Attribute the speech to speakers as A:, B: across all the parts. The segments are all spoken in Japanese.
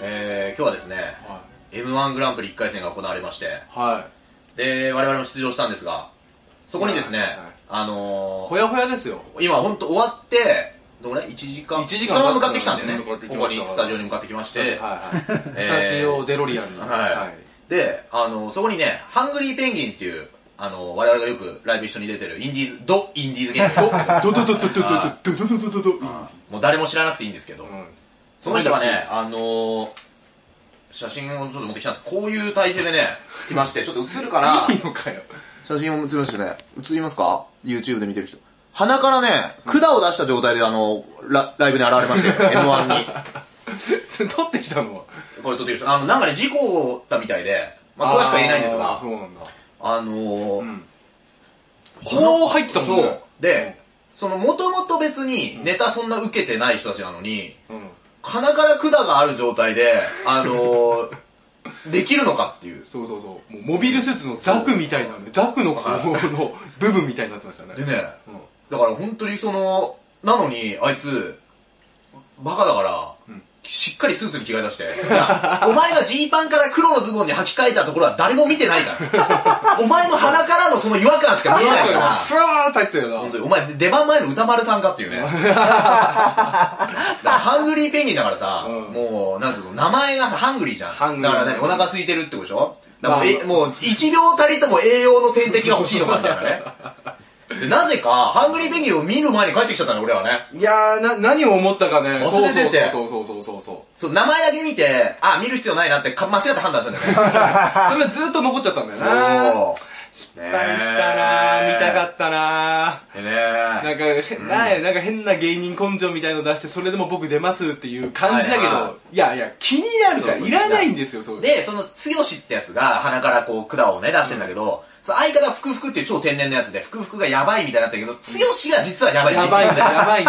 A: えー、今日はですね、m 1グランプリ1回戦が行われまして
B: はい
A: で我々も出場したんですがそこにですね、
B: はいはい
A: あの
B: ほやほやですよ
A: ー、今本当終わってどれ ?1 時間
B: 一時間
A: そのまま向かってきたんだよね
B: 向かってき
A: こ
B: ました
A: こにスタジオに向かってきまし
B: はい
A: て、
B: はい
A: えー
B: スタジオデロリアンに
A: はい、で、あの、そこにね、ハングリーペンギンっていう、あの、我々がよくライブ一緒に出てるインディーズ、ドインディーズゲーム なんですけど
B: ドドドドドドドドドドドド
A: もう誰も知らなくていいんですけど、
B: うん
A: その人が
B: どういう
A: ね
B: や、つ
A: あの写真をちょっと持ってきたんですこういう体勢でね、来まして、ちょっと映るか な
B: いいのかよ
A: 写真を映りましたね。映りますか ?YouTube で見てる人。鼻からね、管を出した状態であの、ラライブに現れましたよ。M1 に。
B: それ撮ってきたのは
A: これ撮ってる人。あの、なんかね、事故をったみたいで、まあ詳しくは言えないんです
B: あー
A: が
B: そ、うなんだ
A: あのー
B: ん
A: こ
B: こう入ってたもんね
A: そうで、その、もともと別にネタそんな受けてない人たちなのに、
B: うん
A: 鼻から管がある状態で、あ のーできるのかっていう。
B: そうそうそうもうモビルスーツのザクみたいなねザクのこの部分みたいになってましたね
A: でね、
B: うん
A: だから本当にその、なのに、あいつ、バカだから、しっかりスーツに着替え出して、いやお前がジーパンから黒のズボンに履き替えたところは誰も見てない から。お前の鼻からのその違和感しか見えないから。
B: ふわーって入ってるな
A: 本当に、お前、出番前の歌丸さんかっていう ね。だからハングリーペンギンだからさ、
B: うん
A: もう、なんつうの、名前がさハングリーじゃん。
B: ハングリー
A: だから何、お腹空いてるってことでしょだからもう、
B: ま
A: えもう、1秒たりとも栄養の点滴が欲しいのかみたいな ね。でなぜか、ハングリーペンギンを見る前に帰ってきちゃったの、俺はね。
B: いやーな何を思ったかね
A: 忘れてて
B: そうそうそうそうそうそう
A: そう、名前だけ見て、あ、見る必要ないなってか間違って判断したんだよね。
B: それがずっと残っちゃったんだよ な
A: そう。失
B: 失敗したなー見たか
A: っ
B: ったな
A: た。ねえ
B: ー なんか変な,、なんか変な芸人根性みたいの出してそれでも僕出ますっていう感じだけ
A: はい
B: ど、い
A: はい
B: やいや気になるから
A: そうそう
B: いらないんですよそういう
A: で、その、つよしってやつが鼻からこう管をね、出してんだけど、その相方はふくふくっていう超天然のやつで、ふくふくがやばいみたいになったけど、つよしが実はやばい
B: やばいんだよ
A: よ。
B: やばい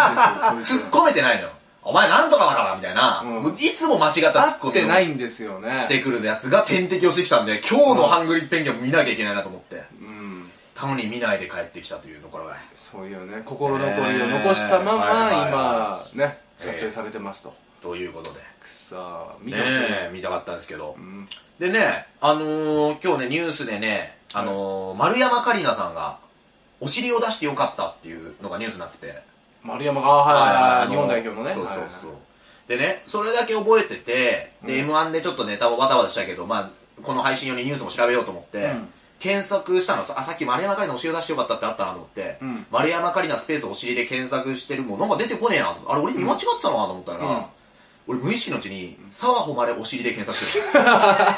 B: んです
A: 突っ
B: よそいつ
A: 込めてないのよ。お前なんとかだからみたいな、
B: うん
A: もういつも間違った突っ
B: 合
A: 込
B: って
A: み
B: な
A: を
B: いんですよね
A: してくるやつが天敵をしてきたんで、今日のハングリーペンギンも見なきゃいけないなと思って。
B: うん
A: たのに見ないで帰ってきたというところが。
B: そういうね心残りを残したまま、
A: ねーはいは
B: 今ね撮影されてますと、
A: ということで。
B: くそー見
A: ね
B: てほしいね
A: え見たかったんですけど。
B: ん
A: でね、あのー今日ね、ニュースでね、あのー丸山桂里奈さんが、お尻を出してよかったっていうのがニュースになってて。
B: 丸山がはいはいは
A: あ
B: い
A: の
B: 日本代表のね
A: そうそうそう
B: は。
A: でね、それだけ覚えてて、で、
B: う
A: M1 でちょっとネタをバタバタしたけど、まあ、この配信用にニュースも調べようと思って、
B: うん
A: 検索したの、あ、さっき丸山桂里奈お尻を出してよかったってあったなと思って、
B: うん
A: 丸山桂里奈スペースお尻で検索してるもん、なんか出てこねえな。あれ、俺見間違ってたのかなと思ったら、
B: うん
A: 俺無意識のうちに、沢誉れお尻で検索してる。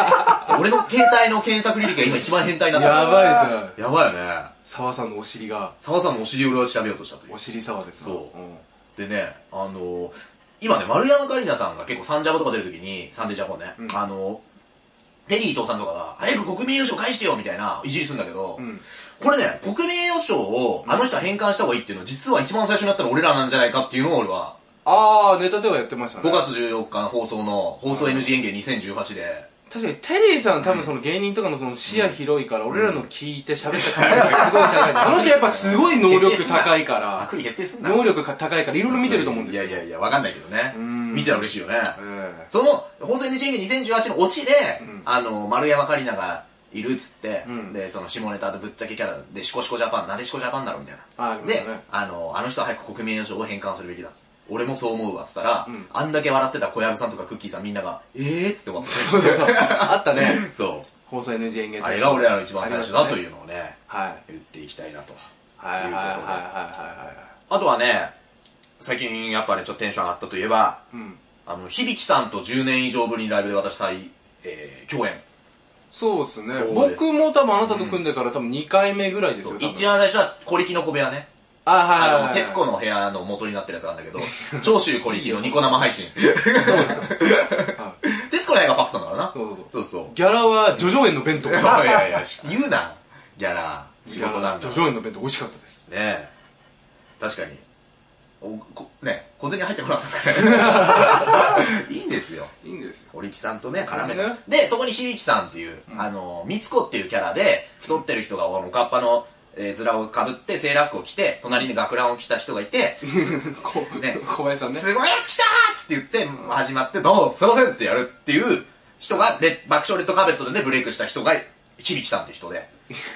A: 俺の携帯の検索履歴が今一番変態に
B: い
A: なった。
B: やばいですね
A: やばいよね。
B: 沢さんのお尻が
A: 沢さんのお尻を俺は調べようとしたという
B: お。尻沢ですな
A: そうんでね、あのー今ね、丸山桂里奈さんが結構サンジャポとか出るときに、サンデージャポンね、
B: うん
A: あのーテリー伊藤さんとかが、早く国民栄誉賞返してよみたいな、いじりするんだけど、
B: うん
A: これね、国民栄誉賞をあの人は返還した方がいいっていうのは、実は一番最初になったの俺らなんじゃないかっていうのを俺は、
B: ああネタではやってましたね
A: 5月14日の放送の、放送 NG 演芸2018で、
B: 確かにテリーさん多分その芸人とかのその視野広いから俺らの聞いて喋った感じがすごい高いあの人やっぱすごい能力高いから
A: 悪意決定すんな。
B: 能力が高いからいろいろ見てると思うんです
A: い
B: よ
A: やいやいや、わかんないけどね。
B: ん
A: 見てたら嬉しいよね。
B: え
A: その、放送 NG 演芸2018のオチで、あの、丸山桂里奈がいるっつって、
B: うん
A: で、その下ネタとぶっちゃけキャラで、シコシコジャパン、なでシコジャパンだろみたいな。
B: ああります
A: で
B: ね、
A: あの、あの人は早く国民栄誉賞を返還するべきだっつって俺もそう思うわっつったら、
B: ん
A: あんだけ笑ってた小籔さんとかクッキーさんみんなが、えーっつって終わっ
B: えそうそうそうあった
A: た。
B: ね
A: そ
B: 放送 NG 演芸
A: う。
B: 大
A: あ
B: 賞
A: れが俺らの一番最初だと
B: ありましたね
A: いうのをね、
B: はい
A: 言っていきたいなと。
B: はいはいはいはい
A: ということで
B: はいは
A: あとはね、最近やっぱね、ちょっとテンション上がったといえば、
B: いうん
A: あの、響さんと10年以上ぶりにライブで私再、えー共演。
B: そうっすね
A: そうです
B: 僕も多分あなたと組んでから多分2回目ぐらいですよ多分
A: 一番最初は小力の小部屋ね。
B: あはいはいはい
A: あ
B: は
A: の、
B: い
A: 徹子の部屋の元になってるやつなんだけど、 長州小力のニコ生配信。
B: そうですよ
A: 徹子の部屋がパクったんだからな。
B: そうそう
A: そうそう。
B: ギャラは叙々苑の弁当
A: いやいやいや、し言うな、ギャラ。仕事なんだ。
B: 叙
A: ね
B: 々苑の弁当美味しかったです
A: え。確かに。おこね小銭入ってこなかったですか らね。いいんですよ。
B: いいんですよ
A: 小力さんとね、絡め
B: そうね
A: て。で、そこに響さんっていう、あの、みつこっていうキャラで、太ってる人が、あの、おかっぱの、えー、ズラをかぶってセーラー服を着て隣に学ランを着た人がい て
B: こう
A: ね
B: 小林さんね
A: すごいやつ来たーっつって言って、始まって、どうも、すいませんってやるっていう人が、レ爆笑レッドカーペットでね、ブレイクした人が、響さんって人で、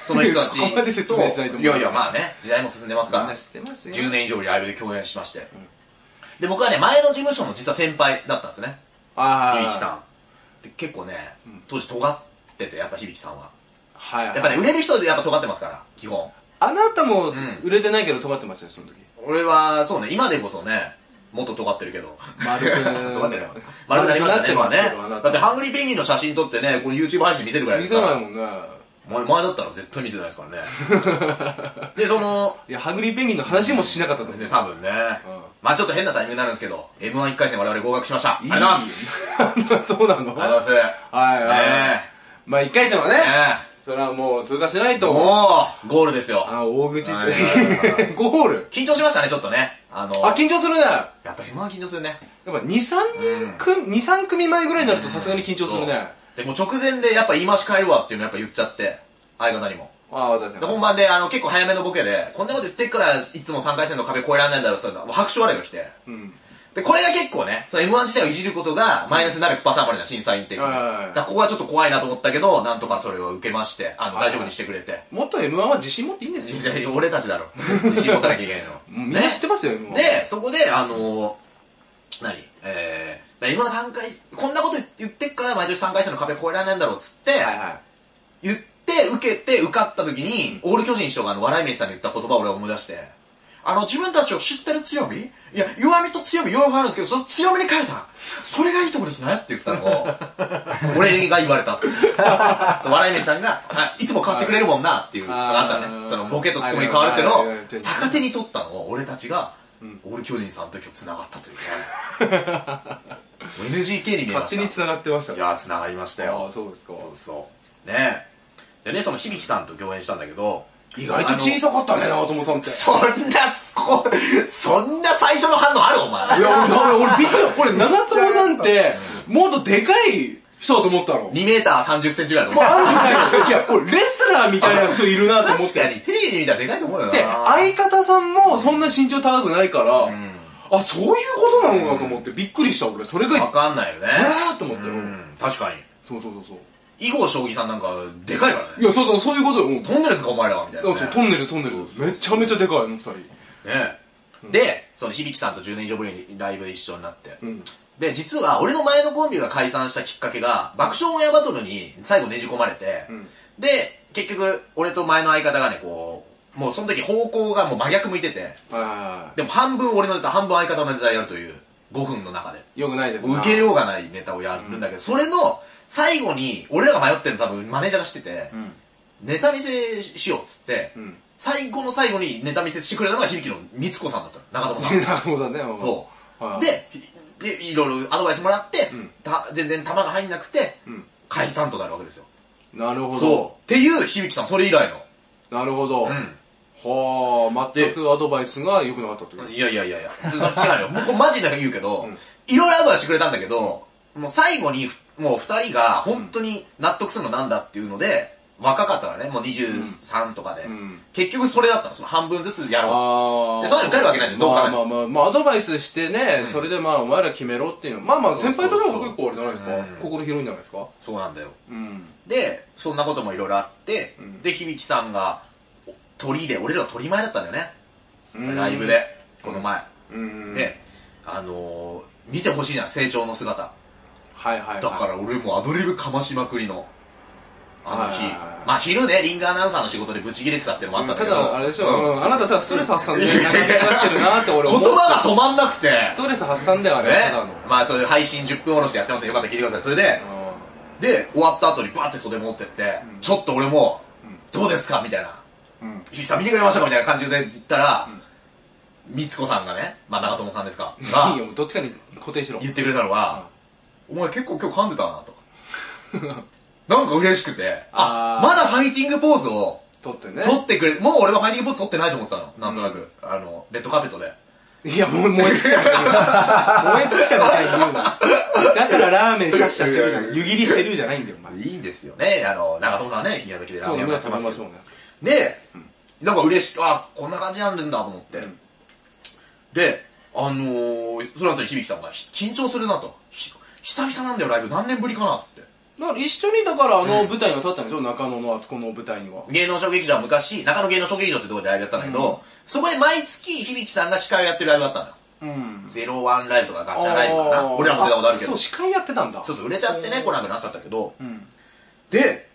A: その人たち
B: そこまで説明しないと思う
A: やいや、まあね、時代も進んでますか
B: みん
A: ら
B: な、知ってますよ
A: 10年以上ライブで共演しまして。で、僕はね、前の事務所の実は先輩だったんですよね、
B: ああ
A: 響さん。で、結構ね、当時尖ってて、やっぱ響さんは。
B: はいはい
A: やっぱね、売れる人でやっぱ尖ってますから、基本。
B: あなたも
A: ん
B: 売れてないけど尖ってましたよその時
A: 俺は、そうね、今でこそね、もっと尖ってるけど。
B: 丸 く
A: 尖ってるよ丸くなりましたね、今
B: 丸く
A: ね
B: なってますけどあな。た
A: だって、ハングリーペンギンの写真撮ってね、この YouTube 配信見せるぐらいで
B: 見
A: す
B: せ
A: か
B: ない
A: ら。
B: もんね
A: 前前だったら絶対見せないですからね。 で、その、
B: いやハグリーペンギンの話もしなかったと思う
A: ね、多分ね、まあちょっと変なタイミングになるんですけど、M11 回戦我々合格しました。ありがとうございます。
B: す そうなの
A: ありがとうございます。
B: はいはい
A: ね
B: まあ一回戦はね
A: え。ね
B: それはもう通過しない
A: え。
B: と
A: もう、ゴールですよ。
B: あ大口っ
A: はいはいはいは
B: て ゴール
A: 緊張しましたね、ちょっとね。あの、
B: あ緊張するねや
A: やっぱ M1 緊張するね。
B: っぱ23人組23組前ぐらいになるとさすがに緊張するね
A: で、もう直前でやっぱ言い回し変えるわっていうのやっぱ言っちゃって、相方にも。
B: ああ確
A: で
B: かに
A: 本番であの結構早めのボケで、こんなこと言ってっからいつも3回戦の壁越えられないんだろうって言ったらもう拍手笑いが来て。
B: うん
A: で、これが結構ね、その M1 自体をいじることがマイナスになるパターンもあるじゃん、審査員的に。だ
B: はいはいはい
A: からここはちょっと怖いなと思ったけど、なんとかそれを受けまして、あの、大丈夫にしてくれて。
B: もっと M1 は自信持っていいんですよ
A: いやいや俺たちだろ。自信持たなきゃいけないの。
B: みんな知ってますよ M1
A: ねで、そこで、あのー、何えー、今3回、こんなこと言ってっから毎年3回戦の壁越えられないんだろうっつって、
B: はいはい
A: 言って、受けて、受かった時に、オール巨人師匠があの、笑い飯さんに言った言葉を俺は思い出して、あの、自分たちを知ってる強みいや、弱みと強み、弱みがあるんですけど、その強みに変えた。それがいいとこですねって言ったのを、俺が言われた。そう笑い飯さんが、あいつも変わってくれるもんなっていうのがあった
B: あ
A: ね。
B: ー
A: その、ボケとツッコミに変わるっていうの
B: はいはいはいは
A: を、
B: い
A: 逆手に取ったのを、俺たちが、オール巨人さんと今日繋がったというね。NGK に見えま
B: 勝
A: した。
B: 手に繋がってました
A: いやー、繋がりましたよ
B: あ。そうですか
A: そうそうねえでねその響さんと共演したんだけど
B: 意外と小さかったね長友さんって
A: そんなこ そんな最初の反応あるお
B: い
A: 前
B: や、俺、な俺、びっくり。俺、長友さんって、もっとでかい人だと思った の。
A: 2メーター3 0センチぐらいだと思う
B: あるぐらい。いや、俺、レスラーみたいな人いるなと思っ
A: 確か
B: て。
A: にテレビで見たらでかいと思うよな
B: で、相方さんもそんな身長高くないから、あ、そういうことなのかと思って、びっくりした、俺。それが、え
A: 分かんないよね
B: ーと思って。
A: うん確かに
B: そうそうそうそう。
A: 囲碁将棋さんなんかでかいから
B: い
A: ね
B: や、そうそう、そういうことよ。もう
A: トンネルズかお前らはみたいな、
B: そう
A: ね、
B: そうトンネルズ、トンネルズ。めちゃめちゃでかい、あの二人。
A: ねでその響さんと10年以上ぶりにライブで一緒になって、
B: うん。
A: で、実は俺の前のコンビが解散したきっかけが、爆笑オンエアバトルに最後ねじ込まれて、
B: ん
A: で、結局、俺と前の相方がね、こう、もうその時方向がもう真逆向いてて、
B: はいはいは
A: でも半分俺のネタ、半分相方のネタやるという、5分の中で。
B: い。よくないですな
A: 受けようがないネタをやるんだけど、それの最後に、俺らが迷ってるの多分マネージャーが知ってて、
B: ん
A: ネタ見せしようっつって、
B: ん
A: 最後の最後にネタ見せしてくれたのが響の光子さんだったの。中友さん。
B: 長友さんね、も
A: そう。
B: で、
A: で、でいろいろアドバイスもらって、た全然弾が入んなくて、
B: ん
A: 解散となるわけですよ。
B: なるほど。
A: そう。っていう響さん、それ以来の。
B: なるほど。
A: ん
B: はあ、全くアドバイスが良くなかったってこと
A: いやいやいやいや、そ違うよ。もうこれマジで言うけど、いろいろアドバイスしてくれたんだけど、もう最後にふ、もう二人が本当に納得するのなんだっていうので、若かったからね、もう23とかで。
B: ん
A: 結局それだったの、その半分ずつやろ
B: あ
A: でそういうの受かるわけないじゃんどう
B: ま
A: 考え
B: あ
A: て
B: まあまあ、まあ、アドバイスしてね、それでまあ、お前ら決めろっていうの。まあまあ、
A: そう
B: 先
A: そう
B: 輩
A: そう
B: とかも結構あれじゃないですか
A: うん。
B: 心広いんじゃないですか。
A: う。そうなんだよ。
B: うん。
A: で、そんなこともいろいろあって、で、響さんが、お鳥で、俺ら鳥前だったんだよね。ライブで、この前。
B: うん。
A: で、あのー、見てほしいな、成長の姿。
B: はいはいはい。
A: だから俺もうアドリブかましまくりの、あの日
B: はいはいはい。
A: まあ昼ね、リングアナウンサーの仕事でブチ切れてたってのもあ
B: う
A: っ
B: ん。
A: たんだ
B: た
A: けど、
B: だ、あれでしょ、うん、あなたただストレス発散で、
A: いやいや
B: なんか話してるなって俺
A: 言
B: 思う。
A: 葉が止まんなくて、
B: ストレス発散だよ、あれ。
A: ね
B: ただの。、
A: まあそういう配信10分おろしでやってますんでよかったら聞いてください。それで、で、終わった後にバーって袖持ってって、ちょっと俺も、どうですかみたいな。
B: うん。
A: ひさん見てくれましたかみたいな感じで言ったら、みつこさんがね、まあ長友さんですか、が
B: いいよ、どっちかに固定しろ。
A: 言ってくれたのは、お前結構今日噛んでたなと。なんか嬉しくて、あ
B: あー
A: まだファイティングポーズを
B: 取ってね。
A: 撮ってくれ、もう俺はファイティングポーズ撮ってないと思ってたの。なんとなく、あの、レッドカーペットで。
B: いや、もう燃え尽きたみたいな。燃え尽きたみたいに言うな。だからラーメンシャッシャしてるじゃん。湯切りしてるじゃないんだよ、お前。
A: いいですよね。あの、長友さんはね、宮崎でラ
B: そ
A: ー
B: う
A: メ
B: だ、
A: ン
B: 目
A: や
B: が
A: って
B: 食べ
A: ます
B: ま
A: け
B: しょう
A: ど。
B: ね。
A: で、なんか嬉しいあこんな感じになるんだと思って、
B: うん
A: であのー、その後に響さんがひ緊張するなとひ久々なんだよライブ何年ぶりかなっつって
B: だから一緒にだからあの舞台には立ったんでしょ、中野のあそこの舞台には
A: 芸能小劇場は昔中野芸能小劇場ってとこでライブやったんだけど、そこで毎月響さんが司会をやってるライブだったのよ
B: うん
A: ゼロワンライブとかガチャライブかな俺らも出たことあるけ
B: そ
A: ど
B: う司会やってたんだ
A: そうそう売れちゃってね来なくなっちゃったけど
B: うん
A: で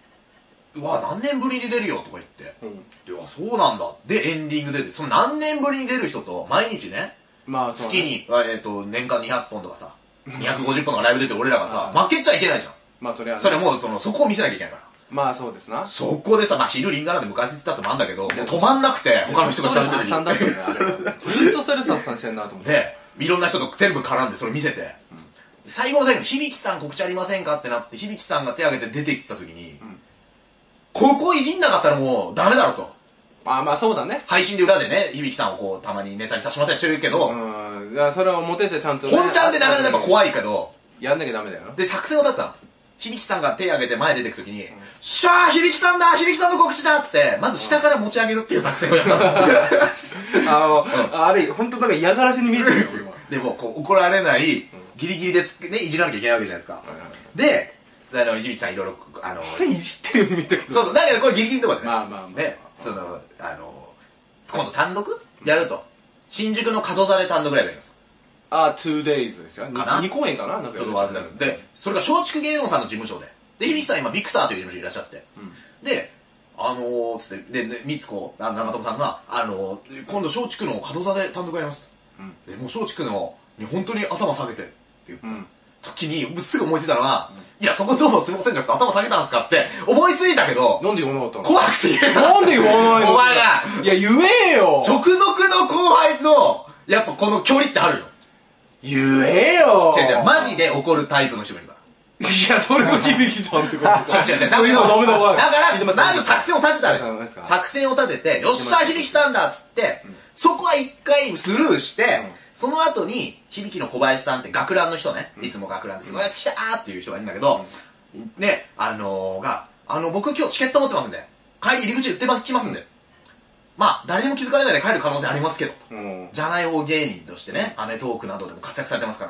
A: うわ何年ぶりに出るよとか言って
B: うん
A: であそうなんだでエンディングでその何年ぶりに出る人と毎日ね
B: まあそう
A: 月
B: ね
A: に、あえっと年間200本とかさ250本とかライブ出て俺らがさ負けちゃいけないじゃん
B: まあそれはね
A: それもうそのそこを見せなきゃいけないから
B: まあそうですな
A: そこでさ、まあ、昼リンガなんで昔言ってたってもあんだけど、止まんなくて、他の人が
B: ストレ
A: 喋って
B: ス
A: る
B: 発散だったよねあれずっとストレス発散してんなと思って
A: で、いろんな人と全部絡んでそれ見せて、最後の最後に、響さん告知ありませんかってなって、響さんが手挙げて出て行った時に、ここいじんなかったらもうダメだろと。
B: あまあそうだね
A: 配信で裏でね、響さんをこう、たまにネタに差しまったりしてるけど、
B: うんいやそれはモテてちゃんとね
A: 本ちゃんでなかなかやっぱ怖いけど、
B: やんなきゃダメだよな
A: で、作戦を立てたの。響さんが手挙げて前出てく時に、しゃー響さんだ響さんの告知だっつって、まず下から持ち上げるっていう作戦をやったの。
B: あの、あれ、本当だから嫌がらせに見えてるよ、今。
A: でもこう怒られない、ギリギリでつね、いじらなきゃいけないわけじゃないですか。で、あの、響さんいろいろ、あの、
B: いじってるように見えた
A: そ
B: けど。
A: うそう、だけどこれギリギリのとこでね。
B: まあまあまあ
A: で、その、あの、今度単独やると。新宿の角座で単独ライブやります。
B: あ、2days ですよ。
A: かな
B: 2公演かななんか
A: ちょっと忘れたけど。で、それが松竹芸能さんの事務所で。で、響さん今、ビクターという事務所にいらっしゃって。で、あのー、つって、で、ね、みつこ、あ長友さんが、あのー、今度松竹の角座で単独やります。で、もう松竹の、に本当に頭下げて、って言って。
B: うん。
A: 時に、すぐ思いついたのは、いや、そこどうもすいませんじゃなくて頭下げたんすかって思いついたけど、
B: なんで言わなかったの
A: 怖くて言えなか
B: な
A: っ
B: んで言わないの
A: お前ら
B: いや、言えよ
A: た。直属の後輩の、やっぱこの距離ってあるよ。
B: 言えよ
A: 違う違う、マジで怒るタイプの人もいるから。
B: いや、それが響きちゃんってことか。
A: 違う違う違う。だから、
B: 今ダメだお前
A: だから
B: 聞いてます
A: まず作戦を立てた
B: 聞いて
A: の
B: ま
A: よ
B: すか。
A: 作戦を立てて、よっしゃ、響さんだっつって、そこは一回スルーして、その後に、響の小林さんって学ランの人ね、いつも学ランで、すごいやつ来たーっていう人がいるんだけど、ね、あのー、が、あの、僕今日チケット持ってますんで、帰り入り口で売ってきますんで、まあ、誰にも気づかれないで帰る可能性ありますけど、
B: うん。
A: じゃない方芸人としてね、アメトーークなどでも活躍されて ますか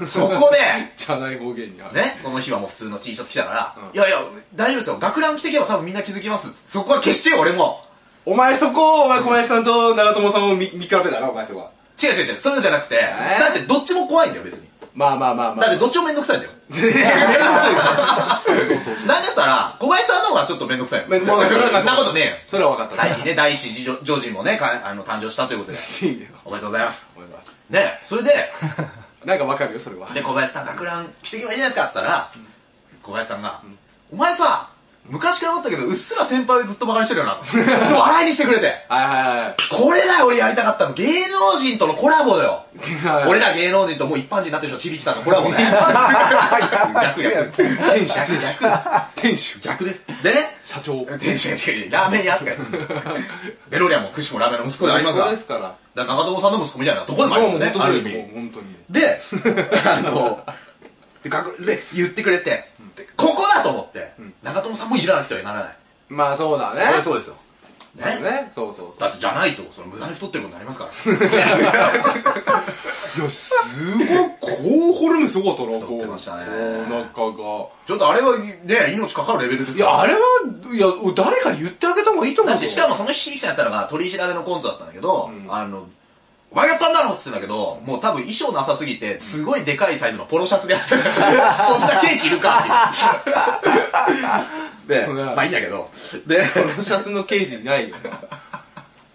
A: ら、そこで、
B: じゃない方言にある。
A: ね、その日はもう普通の T シャツ着たから、
B: うん
A: いやいや、大丈夫ですよ。学ラン着てけば多分みんな気づきます。そこは決してよ、俺も。
B: お前そこ、お前小林さんと長友さんを見見比べたな、お前そこは。
A: 違う違う違う、そういうのじゃなくて、
B: ー
A: だってどっちも怖いんだよ、別に。
B: まあまあまあま
A: だっ
B: あ
A: て。どっちもめんどくさい んだよ。
B: そうそうそ う。
A: なんだったら、小林さんの方がちょっとめんどくさいよ。
B: めんどくさい
A: そんなことねえよ。
B: それは分かった。
A: 最近ね、第一子ジョジョージもね、かあの誕生したということで、
B: いいよ。
A: おめでとうございます。
B: 思います。
A: ね、それで、
B: なんかわかるよ、それは。
A: で、小林さん、学ラン着てけばいいじゃないですかって言ったら、小林さんが、お前さ、昔から思ったけど、うっすら先輩をずっと馬鹿にしてるよな。笑いにしてくれて。
B: はいはいはい。
A: これだよ俺やりたかったの芸能人とのコラボだよ俺ら芸能人ともう一般人になってる人響さんのコラボね逆逆
B: 店主、店主。
A: 逆ですでね
B: 社長。
A: 天使が違う違うラーメン屋扱いするベロリアもくしくもラーメンの息子であります
B: そ
A: か
B: う
A: ら
B: ですから。
A: だから長友さんの息子みたいなとこでもありますよね
B: もう
A: あ
B: 本
A: る
B: 当
A: 意
B: に。も
A: 味
B: う本当に。
A: であので学で言ってくれてでここだと思って長友さんもいじらなくてはならない
B: まあそうだ
A: そりゃ
B: ね。
A: そうですよ
B: まあ
A: ね
B: ね。そうそうそ
A: だってじゃないとその無駄に太ってることになりますから
B: う。いや、すごい、こうフォルムすごかったな、こう。
A: 撮ってましたね
B: こうお腹が。
A: ちょっとあれはね、命かかるレベルです
B: い
A: から
B: や、あれは、いや、誰か言ってあげた方がいいと思う
A: だ
B: よ。
A: ってしかもその日響さんやってたのが取り調べのコントだったんだけど、あの、お前やったんだろっつってんだけど、もう多分衣装なさすぎて、すごいでかいサイズのポロシャツでやってたから、 そんな刑事いるかって いう。で、まあいいんだけど。で、
B: このシャツの刑事い ないよ。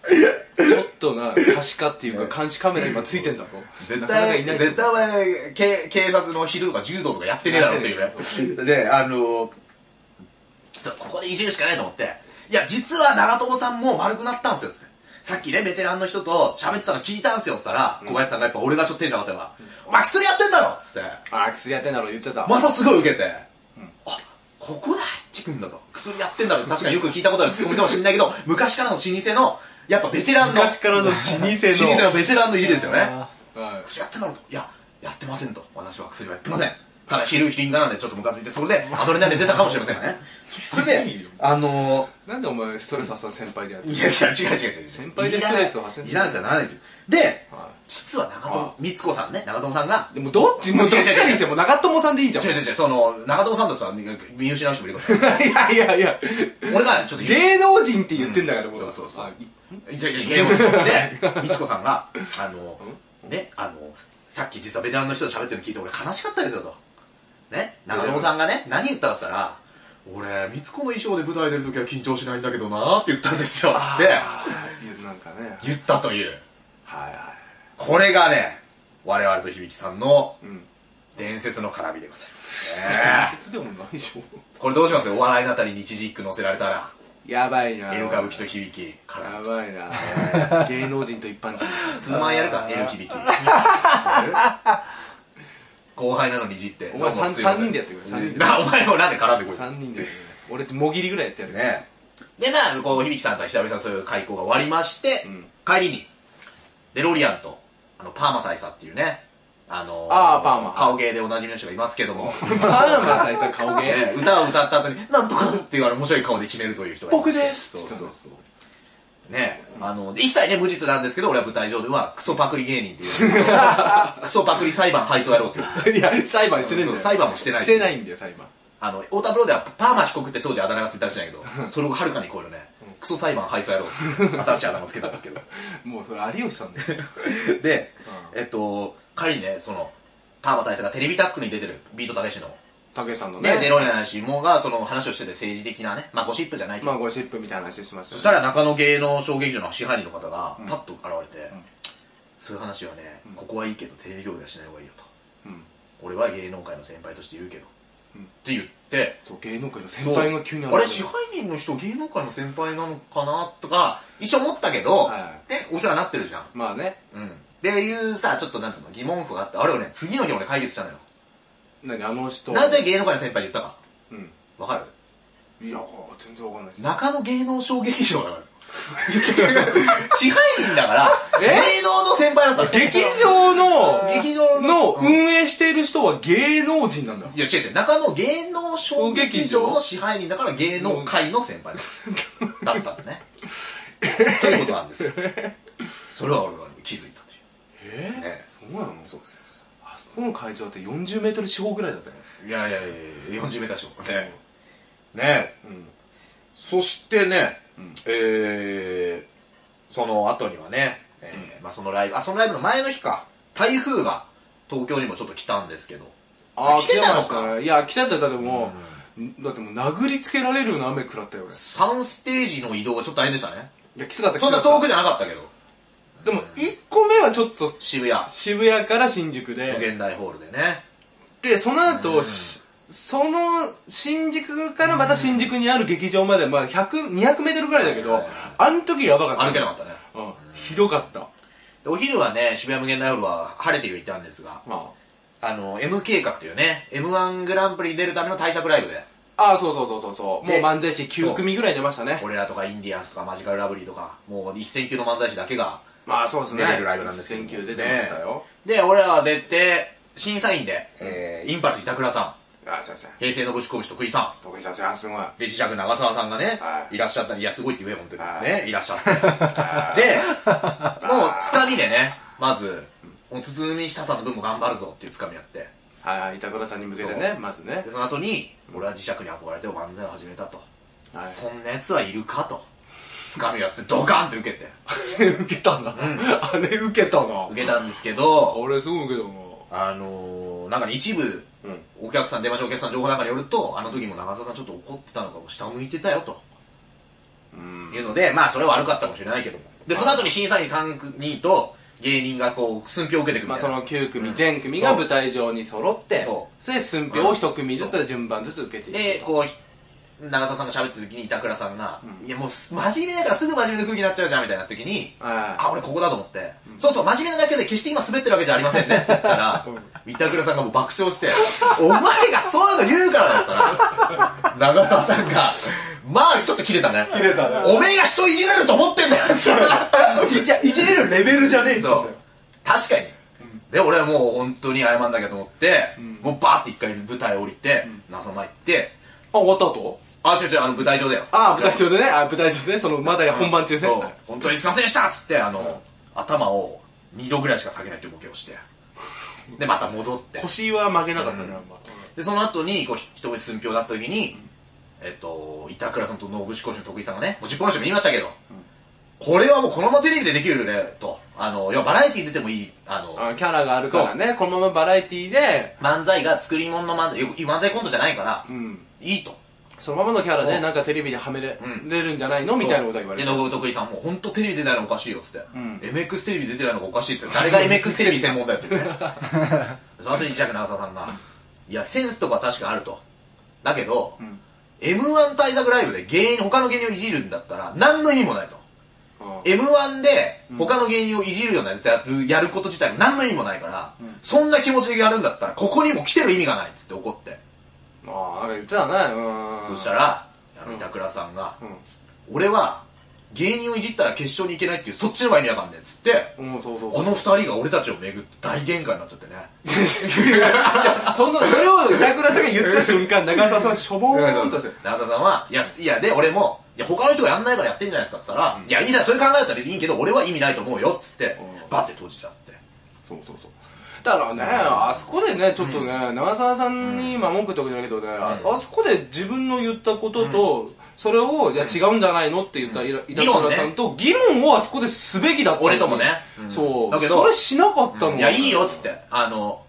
B: ちょっとな、可視化っていうか、監視カメラ今ついてんだろ。
A: 絶
B: なかなか
A: 対、
B: いない。
A: 絶対お前、け警察の昼とか柔道とかやってねえだろっていう
B: やっ
A: ね。で、あのそうここでいじるしかないと思って、いや、実は長友さんも丸くなったんですよ、つって。さっきね、ベテランの人と喋ってたの聞いたんすよ、つったら、小林さんがやっぱ俺がちょっとテンション上がったから、お前薬やってんだろつって。
B: あ、薬やってんだろ、言ってた。
A: またすごい受けて、あここで入ってくんだと薬やってんだろって確かによく聞いたことあるツッコミかもしれないけど昔からの老舗のやっぱベテランの
B: 昔からの老舗の
A: 老舗のベテランの家ですよね
B: はい
A: 薬やってんだろといややってませんと私は薬はやってませんただ昼ヒリンガなんでちょっとムカついて、それでアドレナリン出たかもしれませんね。それ
C: いい
A: で
C: よ、
A: あの
B: なんでお前ストレス発散先輩でやって
A: ー、
B: る
A: いやいや、違う違う違う。
B: 先輩でストレスを発散
A: いじらなくてはならないという。で
B: は、
A: 実は長友
B: は、
A: 光子さんね、長友さんが、
B: でもどっちもうどっちかにしても長友さんでいいじゃん
A: 違う違う違う、その、長友さんとさ、見失う人もいるから。
B: いやいやいや
A: 俺がちょっと言う
B: 芸能人って言ってんだから
A: うん
B: 僕は
A: そうそうそう
B: あい
A: いやいや、芸能人で、みつこさんが、あの、ね、あの、さっき実はベテランの人と喋ってるの聞いて俺悲しかったですよと。ね、長友さんがね、何言ったかっつったら、俺、みつこの衣装で舞台出るときは緊張しないんだけどなーって言ったんですよ、つって、
B: あーなんかね
A: 言ったという。
B: はいは
A: これがね、我々と響さんの
B: いうん
A: 伝説の絡みでございます
B: 伝
A: ね。
B: 説でもないでしょ
A: これどうしますお笑いのあたり日時一句載せられたら、
B: やばいな
A: エロ歌舞伎と響き、絡む
B: や。ばいな芸能人と一般人
A: ツーマンやるか、エル響き。後輩なのにいじって。
B: お前
A: どうも
B: 三
A: すいません
B: 三人でやってくれ三人で
A: なお前もなんで絡んでこい。
B: 3人で俺もぎりぐらいやってやるよ
A: ねで、まあ、こう、響さんと久々にそういう開口が終わりまして、
B: うん
A: 帰りに、デロリアンと、あの、パーマ大佐っていうね、あの
B: あーパーマ
A: 顔芸でおなじみの人がいますけど も、
B: パーマ大佐顔芸
A: ね歌を歌った後に、なんとかっていうあの、面白い顔で決めるという人がいま
B: 僕
A: して
B: で
A: そ
B: す
A: うそう
B: そう
A: ねあの、一切ね、無実なんですけど、俺は舞台上では、クソパクリ芸人っていう、 クソパクリ裁判配送やろうっていう。
B: いや裁判してねえん
A: そ
B: だ
A: う
B: よ
A: 裁判もしてない
B: してないんだよ裁判
A: あの、太田プロではパーマ被告って当時あだ名がついたらしいんだけど、それをはるかに超えるね、クソ裁判敗訴やろうって新しいあだ名をつけたんですけど。
B: もうそれ有吉さんだよ
A: で、えっと、仮にね、その、パーマ大佐がテレビタックに出てるビートたけしの、
B: 武井さんの
A: ね、
B: ね
A: デロリアンの話もが、その話をしてて政治的なね、まあゴシップじゃないけど、
B: まあゴシップみたいな話しました
A: そ
B: ね
A: したら中野芸能小劇場の支配人の方が、パッと現れて、そういう話はね、ここはいいけどテレビ業界はしない方がいいよと。
B: うん
A: 俺は芸能界の先輩として言うけど。
B: うん
A: って言って、
B: そう芸能界の先輩が急に
A: あ
B: 現
A: れ
B: れた
A: 支配人の人芸能界の先輩なのかなとか一瞬思ったけど、
B: はい
A: ねお世話になってるじゃん、
B: まあね
A: うん、っていうさちょっとなんつうの疑問符があってあれをね次の日俺解決したのよ
B: 何あの人
A: なぜ芸能界の先輩言ったか
B: うん
A: わかる
B: いやー全然わかんないです
A: 中野芸能小劇場だから支配人だから
B: え
A: 芸能の先輩だったの
B: 劇場の
A: 劇場の
B: の運営している人は芸能人なんだ
A: いや違う違う中野芸能小劇場の支配人だから芸能界の先輩だだったのねということなんですよそれは俺が気づいたという
B: えー
A: ね
B: そうなの
A: そうです
B: あそこの会場って40メートル四方ぐらいだぜ
A: いやいやいやいや40メーター賞ねね
B: うん
A: そしてね、えー、その後にはね、えーまあ、そのライブあそのライブの前の日か台風が東京にもちょっと来たんですけど
B: あー
A: 来てたのか
B: 来てましたいや来てたよだってもう、だってもう殴りつけられるような雨食らったよ俺い
A: 3ステージの移動がちょっと大変でしたね
B: やきつかった
A: そんな遠くじゃなかったけど
B: でも1個目はちょっと
A: 渋谷
B: 渋谷から新宿で
A: 現代ホールでね
B: でその後、しその新宿からまた新宿にある劇場までまあ100 200メートルぐらいだけ
A: はい
B: ど
A: はいはい
B: あの時やばかった
A: 歩けなかったね
B: うんひどかった
A: でお昼はね渋谷無限大ホールは晴れていたんですが
B: ま
A: あの M 計画というね m 1グランプリに出るための対策ライブで
B: あああそうそうそうそうそうもう
A: で
B: 漫才師9組ぐらい出ましたね
A: 俺らとかインディアンスとかマジカルラブリーとかもう一戦級の漫才師だけが
B: まあそうですね
A: 出てるライブなんですけど
B: 選球出てましたよ
A: で俺らは出て審査員で、えーインパルス板倉さ
B: ああすいません
A: ん平成のぶしこぶし徳井さん
B: 徳井さんさんすごいあ
A: で磁石長澤さんがね、
B: はい
A: い、らっしゃったんでいやすごいって言え本当に、
B: はい
A: ねいらっしゃってでもうつかみでねまずもう堤下さんの分も頑張るぞっていうつかみやって
B: あ板倉さんに向けてねまずね
A: でその後に俺は磁石に憧れて漫才を始めたと、
B: はい
A: そんなやつはいるかとつかみをやってドカンと受けて
B: 受けたな、あれ受けたな
A: 受けたんですけど
B: 俺すごい受けたな
A: あのー、なんかね一部
B: うん
A: お客さん出ましょうお客さん情報なんかによるとあの時も長澤さんちょっと怒ってたのか下を向いてたよと
B: うん
A: いうのでまあそれは悪かったかもしれないけどもでその後に審査員3人と芸人がこう寸評を受けてくみ
B: まあ
A: たい
B: そ
A: な、
B: の9組全組が舞台上に揃って
A: そ
B: それで寸評を1組ずつ順番ずつ受けていく
A: でこう長澤さんが喋った時に板倉さんが、いやもうす真面目だからすぐ真面目な空気になっちゃうじゃんみたいな時に、
B: はい
A: あ俺ここだと思って、そうそう真面目なだけで決して今滑ってるわけじゃありませんねって言った ら、板倉さんがもう爆笑してお前がそういうの言うからだって言ったら長澤さんがまあちょっと切れたね
B: 切れたね
A: おめえが人いじ れると思ってんだよって言ったら
B: いじゃいじれるレベルじゃねえ
A: そう確かに、で俺はもう本当に謝んなきゃと思って、
B: ん
A: もうバーって一回舞台降りて、謎前行って
B: 終わった後
A: あ違う違うあの舞台上だよ
B: ああ、舞台上でね。あ舞台上でね。その、まだ本番中ね。
A: そう本当にすいませんでしたっつってあの、頭を2度ぐらいしか下げないというボケをしてでまた戻って
B: 腰は曲げなかったね、あんま。
A: でその後にこうひ一口寸評だった時に、えっと板倉さんと野口コーチの徳井さんがねもう10本の人も言いましたけど、これはもうこのままテレビでできるよねとあの要はバラエティーに出てもいいあの
B: あキャラがあるからね。このままバラエティで、
A: 漫才が作り物の漫才よく漫才コントじゃないから、
B: うん。
A: いいと
B: そのままのキャラ
A: う
B: で
A: ん
B: なんかテレビにはめれ,、
A: うん
B: れるんじゃないのみたいなことは言われ
A: で
B: て
A: 野口徳井さんも本当テレビ出ないのおかしいよっつって、
B: ん
A: MX テレビ出てないのがおかしいっつって誰が MX テレビ専門だよって言ってねその後にジャック長澤さんがいやセンスとか確かあるとだけど、m 1対策ライブで芸人他の芸人をいじるんだったら何の意味もないと
B: あ
A: m 1で他の芸人をいじるようなネタやるやること自体も何の意味もないから、そんな気持ちでやるんだったらここにも来てる意味がないっつって怒って、
B: あなんか言ってたねうん
A: そしたらあの板倉さんが、
B: う
A: 俺は芸人をいじったら決勝に行けないっていうそっちの方が意味わかんねえっつって
B: ん、うん、そうそう
A: あの二人が俺たちを巡って大喧嘩になっちゃってね
B: そのそれを板倉さんが言った瞬間長澤さんしょぼーんとして
A: 長澤さんはいやいやで俺もいや他の人がやんないからやってんじゃないですかっつったら、いやいいだそういう考えだったら別にいいけど俺は意味ないと思うよっつって
B: うん
A: バッて閉じちゃって
B: そうそうそうだからね、あそこでねちょっとね、長澤さんにまあ文句ってわけじゃないけどね、ああそこで自分の言ったことと、それをいや違うんじゃないのって言った板
A: 議論
B: 倉
A: ね
B: さんと議論をあそこですべきだったの
A: 俺ともねうん
B: そう
A: だけど
B: それしなかったの、
A: いやいいよっつってあの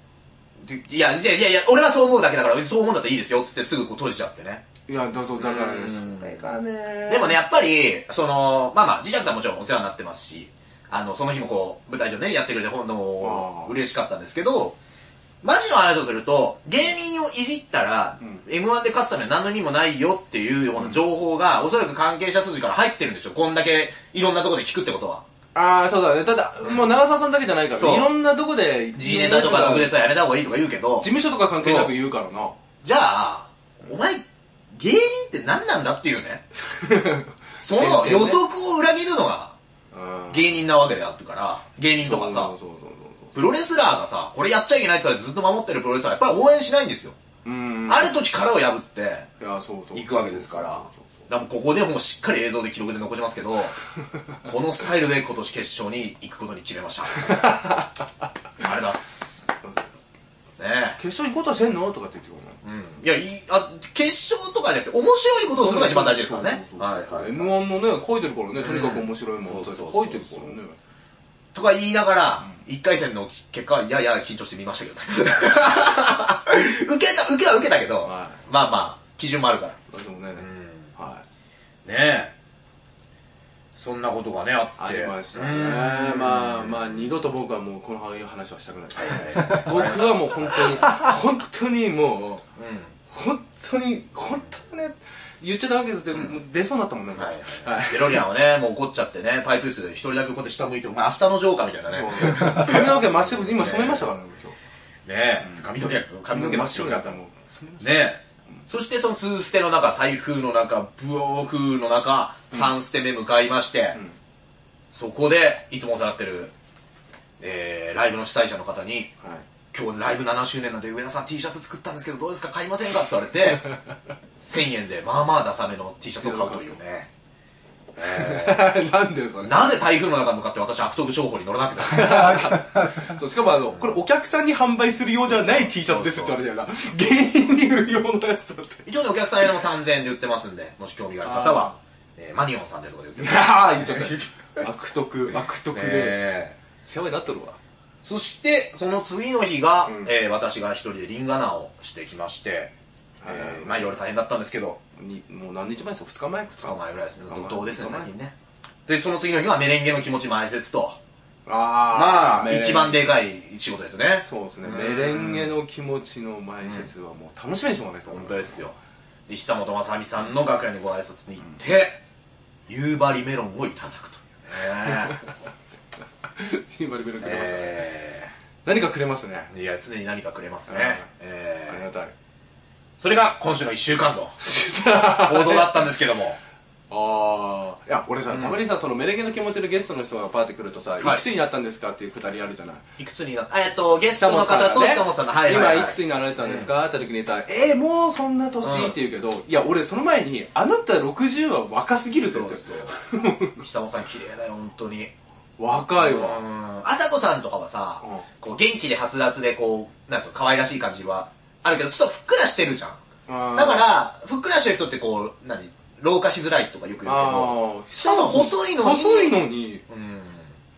A: いやいやいやいや俺はそう思うだけだからそう思うんだったらいいですよっつってすぐこう閉じちゃってね
B: いやだそうだからね、
A: うん
B: それがね
A: でもね、やっぱり、その、まあまあ、磁石さんもちろんお世話になってますし、あの、その日もこう、舞台上でね、やってくれて、ほんの
B: あ、ー
A: 嬉しかったんですけど、マジの話をすると、芸人をいじったら、M1 で勝つためには何の意味もないよっていうような情報が、おそらく関係者筋から入ってるんでしょ。こんだけ、いろんなところで聞くってことは。
B: ああ、そうだね。ただ、もう長澤さんだけじゃないから、
A: そう
B: いろんなとこで、
A: G ネタとか特別
B: 事
A: はやめた方がいいとか言うけど、
B: 務所とか関係なく言うからな。
A: じゃあ、お前、芸人って何なんだっていう ね。その予測を裏切るのが、
B: うん
A: 芸人なわけであってから、芸人とかさ、
B: そうそうそう
A: プロレスラーがさ、これやっちゃいけないって言ったらずっと守ってるプロレスラー、やっぱり応援しないんですよ。
B: そう。うん。
A: ある時殻を破って、
B: いや、そうそう。
A: 行くわけですから。
B: そうそう
A: だからここでもうしっかり映像で記録で残しますけど、 このスタイルで今年決勝に行くことに決めました。ありがとうございます。
B: そう
A: ねえ。
B: 決勝行こうとはしてんのとかって言ってく
A: うん。いや、いいあ、決勝とかじゃなくて、面白いことをする
B: る
A: のが一番大事ですからね。
B: は
A: はいいはい。
B: M1 もね、書いてるからね、とにかく面白いも
A: うん
B: ん。
A: そうそうそう
B: 書いてるからね。
A: とか言いながら、一回戦の結果はやや緊張して見ました けどね。受けた、受けは受けたけど、
B: は
A: まあまあ、基準もあるから。
B: 私もね、は
A: ねえそんなことがねあ
B: い。あ
A: って
B: りましたね。
A: うん
B: まあまあ、二度と僕はもうこの話はしたくない。
A: はい
B: 僕はもう本 当に、本当にもう、
A: うん
B: 本当に本当にね言っちゃダメだけど、でも出そうになったもんね、
A: はい
B: はい
A: デロリアンはねもう怒っちゃってねパイプ椅子で一人だけこうやって下向いてお前明日のジョーカーみたいなねね
B: 髪の毛真っ白今染めましたからね今日
A: え髪の毛髪の毛真っ白にな
B: だ
A: っ
B: ったた
A: ね
B: もう染めまし
A: えそしてその2ステの中台風の中暴風の中3ステ目向かいまして、
B: ん
A: そこでいつもお世話になってる、えーライブの主催者の方に
B: たはい
A: 今日ライブ7周年なんで上田さん T シャツ作ったんですけどどうですか買いませんかって言われて1000円でまあまあダサめの T シャツを買うというね、え
B: なんでそれ
A: ーなぜ台風の中に向かって私悪徳商法に乗らなくて
B: そうしかもあのこれお客さんに販売するようじゃない T シャツですって言われたよな芸人に売るようなやつだって
A: 一応ねお客さんへの3000円で売ってますんでもし興味がある方は、えーマニオンさんでとかで売ってます、
B: ああ言っちゃった 悪徳悪徳で
A: え
B: 世話になっとるわ
A: ーそしてその次の日が、
B: うん
A: えー私が一人でリンガナーをしてきまして、えーまあいろいろ大変だったんですけど
B: にもう何日前ですか2日前
A: 2日前ぐらいですね怒涛ですね
B: 二日前
A: 最近ねでその次の日がメレンゲの気持ち前説と
B: あ
A: ま
B: あ
A: あ、一番でかい仕事ですね。
B: そうですね、
A: ん
B: メレンゲの気持ちの前説はもう楽しみにしょうがないです、
A: 本当 ですよ。で、久本雅美さんの楽屋にご挨拶に行って、夕張メロンをいただくという ね。
B: 今レベルくれますね、
A: え
B: 何かくれますね
A: ーいや、常に何かくれます
B: うん
A: ね。
B: あり
A: え
B: がたい
A: ーそれが今週の1週間の報道だったんですけども、
B: ああいや俺さ、たまにさそのメレンゲの気持ちでゲストの人がパーって来るとさ、
A: い
B: い、くつになったんですかっていうくだりあるじゃない
A: いくつになえっと、ゲストの方と
B: ね
A: 久本さんが、はいはいはい。
B: 今いくつになられたんですか、って時にさ「えー、もうそんな年
A: うん
B: って言うけどいや俺その前に「あなた60は若すぎるぞ」
A: そ
B: っ
A: う
B: て
A: そう。久本さん綺麗だよ、本当に。
B: 若いわ、
A: うん。あさこさんとかはさ
B: うん、
A: こう元気ではつらつでこう、なんつうの、可愛らしい感じはあるけど、ちょっとふっくらしてるじゃ
B: うん
A: ん。だから、ふっくらしてる人ってこう、何老化しづらいとかよく言うけど、
B: ああ
A: 久本さん細いのに
B: 細いのに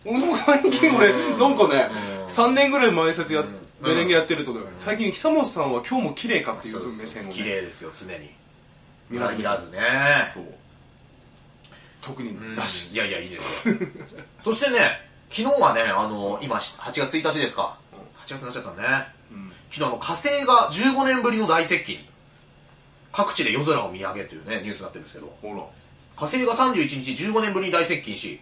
A: うん。
B: なんか最近俺
A: うん
B: なんかね
A: うん
B: 3年ぐらい前説やっ
A: うん
B: メレンゲやってるとね最近久本さんは今日も綺麗かっていう目線をね
A: 綺麗ですよ、常に。見
B: 見ら
A: ら
B: ず
A: ず
B: 見
A: 見
B: ら
A: ら
B: ず
A: ずね。
B: そう特
A: うん
B: になし
A: いやいや、いいですよ。 そしてね、昨日はね、あの、今、8月1日ですか。8月になっちゃったね。
B: うん
A: 昨日、あの、火星が15年ぶりの大接近。各地で夜空を見上げというね、ニュースになってるんですけど、
B: ほら
A: 火星が31日15年ぶりに大接近 し、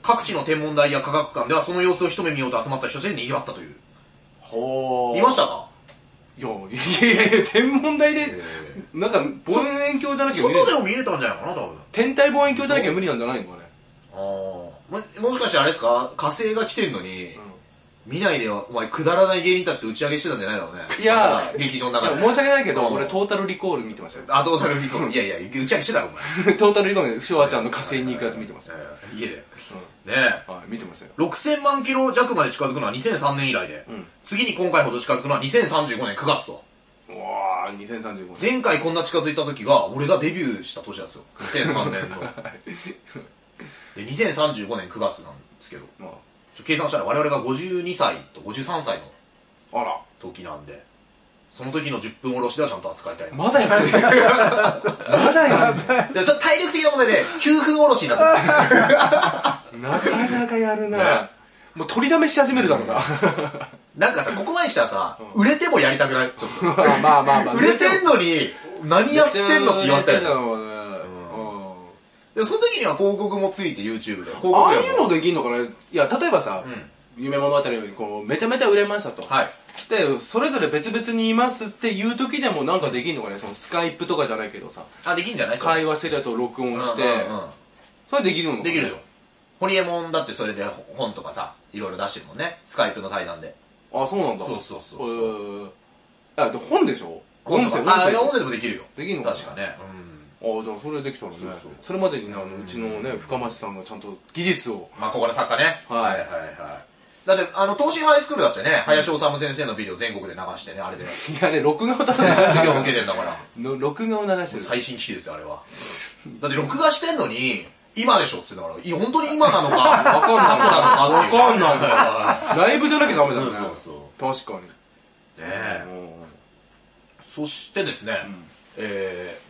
A: 各地の天文台や科学館ではその様子を一目見ようと集まった人たちで賑わったという。
B: ほ
A: 見ましたか
B: いやいやいや天文台でなんか望遠鏡じゃなきゃ無理
A: 外でも見れたんじゃないかな、多分。
B: 天体望遠鏡じゃなきゃ無理なんじゃないのあれ
A: あーももしかしてあれですか火星が来てんのに、見ないでよお前くだらない芸人たちと打ち上げしてたんじゃないのね
B: いや
A: なんか劇場の
B: いや
A: 中
B: 申
A: で
B: し訳ないけど
A: うん
B: 俺トータルリコール見てましたよ
A: あどうなるみいやいや打ち上げしてたろお前、
B: トータルリコールでシュワちゃんの火星に行くやつ見てましたよ
A: えー、家で、ねえ
B: はい見てましたよ
A: 6000万キロ弱まで近づくのは2003年以来で、
B: ん
A: 次に今回ほど近づくのは2035年9月と
B: うわー2035年
A: 前回こんな近づいた時が俺がデビューした年なんですよ2003年 ので2035年9月なんですけど
B: ま
A: ちょ計算したら我々が52歳と53歳の
B: ああら
A: 時なんでその時の10分おろしではちゃんと扱いたいな
B: まだやってるまだやる
A: いやちょっと体力的な問題で、9分おろしになって る。
B: なかなかやる
A: ね
B: なもう取りだめし始めるだろうな
A: なんかさ、ここまで来たらさ、売れてもやりたくないちょっと。
B: まあまあまあ まあ
A: 売れてんのに、何やってんのって言わせた
B: めっちゃ
A: よ。
B: 売れてんだろうねう
A: で、
B: ん
A: その時には広告もついて、YouTube で。広告料も
B: ああいうのできんのかないや例えばさ、夢物語のようにこうめちゃめちゃ売れましたと、
A: はい。
B: でそれぞれ別々にいますっていう時でもなんかできんのかねそのスカイプとかじゃないけどさ
A: あ、できんじゃない
B: 会話してるやつを録音して、
A: うんうんうん
B: それできるのかな
A: できるよ。ホリエモンだってそれで本とかさ、いろいろ出してるもんね。スカイプの対談で。
B: あそうなんだ
A: そうそうそうそう
B: うあで本でしょ音
A: と
B: 声
A: か
B: 音
A: あ、
B: 声
A: 音声でもできるよ。
B: できんのかな
A: 確かね。
B: あじゃあそれできたらね
A: そうそう
B: れまでにねあのうちのね深町さんがちゃんと技術を
A: まあ、ここの作家ね。
B: はい
A: はいはい。だって、あの、東進ハイスクールだってね、林修先生のビデオ全国で流してね、あれで。
B: いやね録画をただ流して
A: 授業受けてんだから。
B: るの録画を流してる
A: 最新機器ですよあれはだって録画してんのに今でしょっつってんだからいや本当に今なのか
B: わかんない
A: 過去なのかっていう
B: わかんないライブじゃなきゃダメだよね
A: そうそ
B: 確かに
A: うねえ
B: うん
A: そしてですね、えー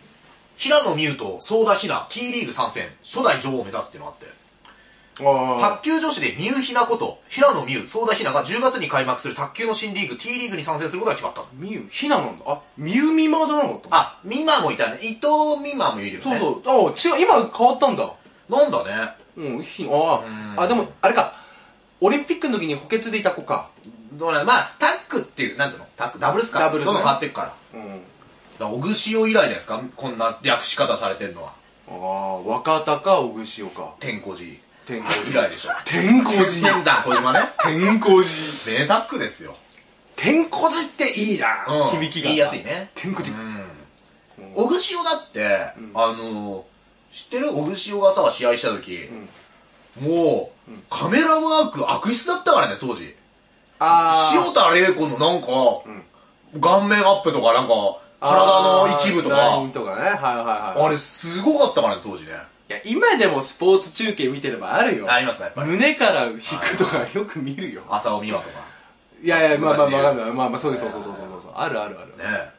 A: 平野美宇と相田ひな、キーリーグ参戦、初代女王を目指すっていうのがあって、
B: あ
A: 卓球女子で美宇ひなこと、平野美宇、相田ひなが10月に開幕する卓球の新リーグ、T リーグに参戦することが決まった。
B: みゆひななんだあみゆみまじゃなかった
A: あ、美馬もいたね。伊藤美馬もいるよね。
B: そうそうあ違う今変わったんだ
A: う。なんだね。
B: うんひなあ
A: うん
B: あでもあれかオリンピックの時に補欠でいた子か
A: どうなまあ、タックっていう、なんつうのタック、ダブルスか。
B: ダブルス
A: ど
B: ね
A: んどん変わっていくから。
B: うん
A: だから小串を以来じゃないですかこんな略し方されてるのは
B: ああ若鷹小串尾か
A: 天候寺
B: 天候
A: 以
B: 寺
A: 来でしょ
B: 天候
A: 天
B: 寺
A: 山小島ね
B: 天候寺
A: 贅沢ですよ、
B: 天こじっていいな、
A: うん、
B: 響きが
A: 言いやすいね
B: 天こじ、
A: うん小串をだって、あのー知ってる小串をがさ試合した時、もう、カメラワーク悪質だったからね当時
B: あ
A: 塩田玲子のなんか、顔面アップとかなんか体の一部と
B: ライ
A: か
B: ンとかねはいはいはい
A: あれすごかったからね当時ね
B: いや今でもスポーツ中継見てればあるよ
A: ありますかやっぱり
B: 胸から引くとかよく見るよ
A: 浅尾美和とか
B: いやいやまあまあ
A: 昔ね
B: まあまあまあまあそうですそうそうそうそうそうあるあるある
A: ねえ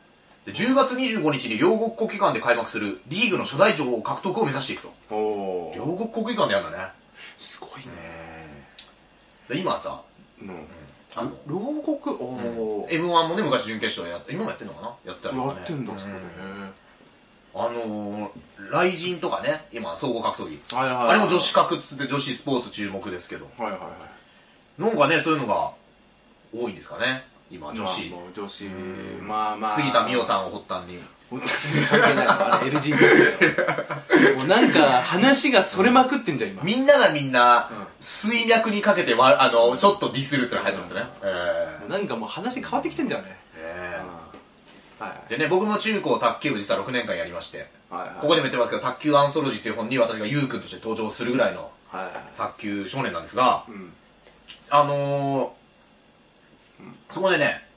A: で10月25日に両国国技館で開幕するリーグの初代女王獲得を目指していくと
B: おお
A: 両国国技館でやるんだね
B: すごいね
A: で今はさ
B: うん
A: あの
B: 牢獄おお
A: m 1もね昔準決勝やった今もやってんのかなやってたのか
B: や
A: ね
B: ってんだそこ
A: う
B: でね
A: あのー、雷神とかね今総合格闘技
B: はいはいはい
A: あれも女子格っつって女子スポーツ注目ですけど
B: はいはいはい
A: なんかねそういうのが多いんですかね今女子
B: まあもう女子まあまあ
A: 杉田美桜さんを発端に
B: 本当に関係ないわあれ LGBT だよもうなんか話がそれまくってんじゃん今
A: みんながみんな、水脈にかけてわ、あの、ちょっとディスるってのが流行ってますね。え
B: なんかもう話変わってきてんだよね
A: ええ
B: は
A: えでね、僕も中高卓球部実は6年間やりまして、
B: はいはい
A: ここでも言ってますけど、卓球アンソロジーっていう本に私がゆうくんとして登場するぐらいの
B: いは
A: 卓球少年なんですが、
B: いうん
A: あのー、そこでね、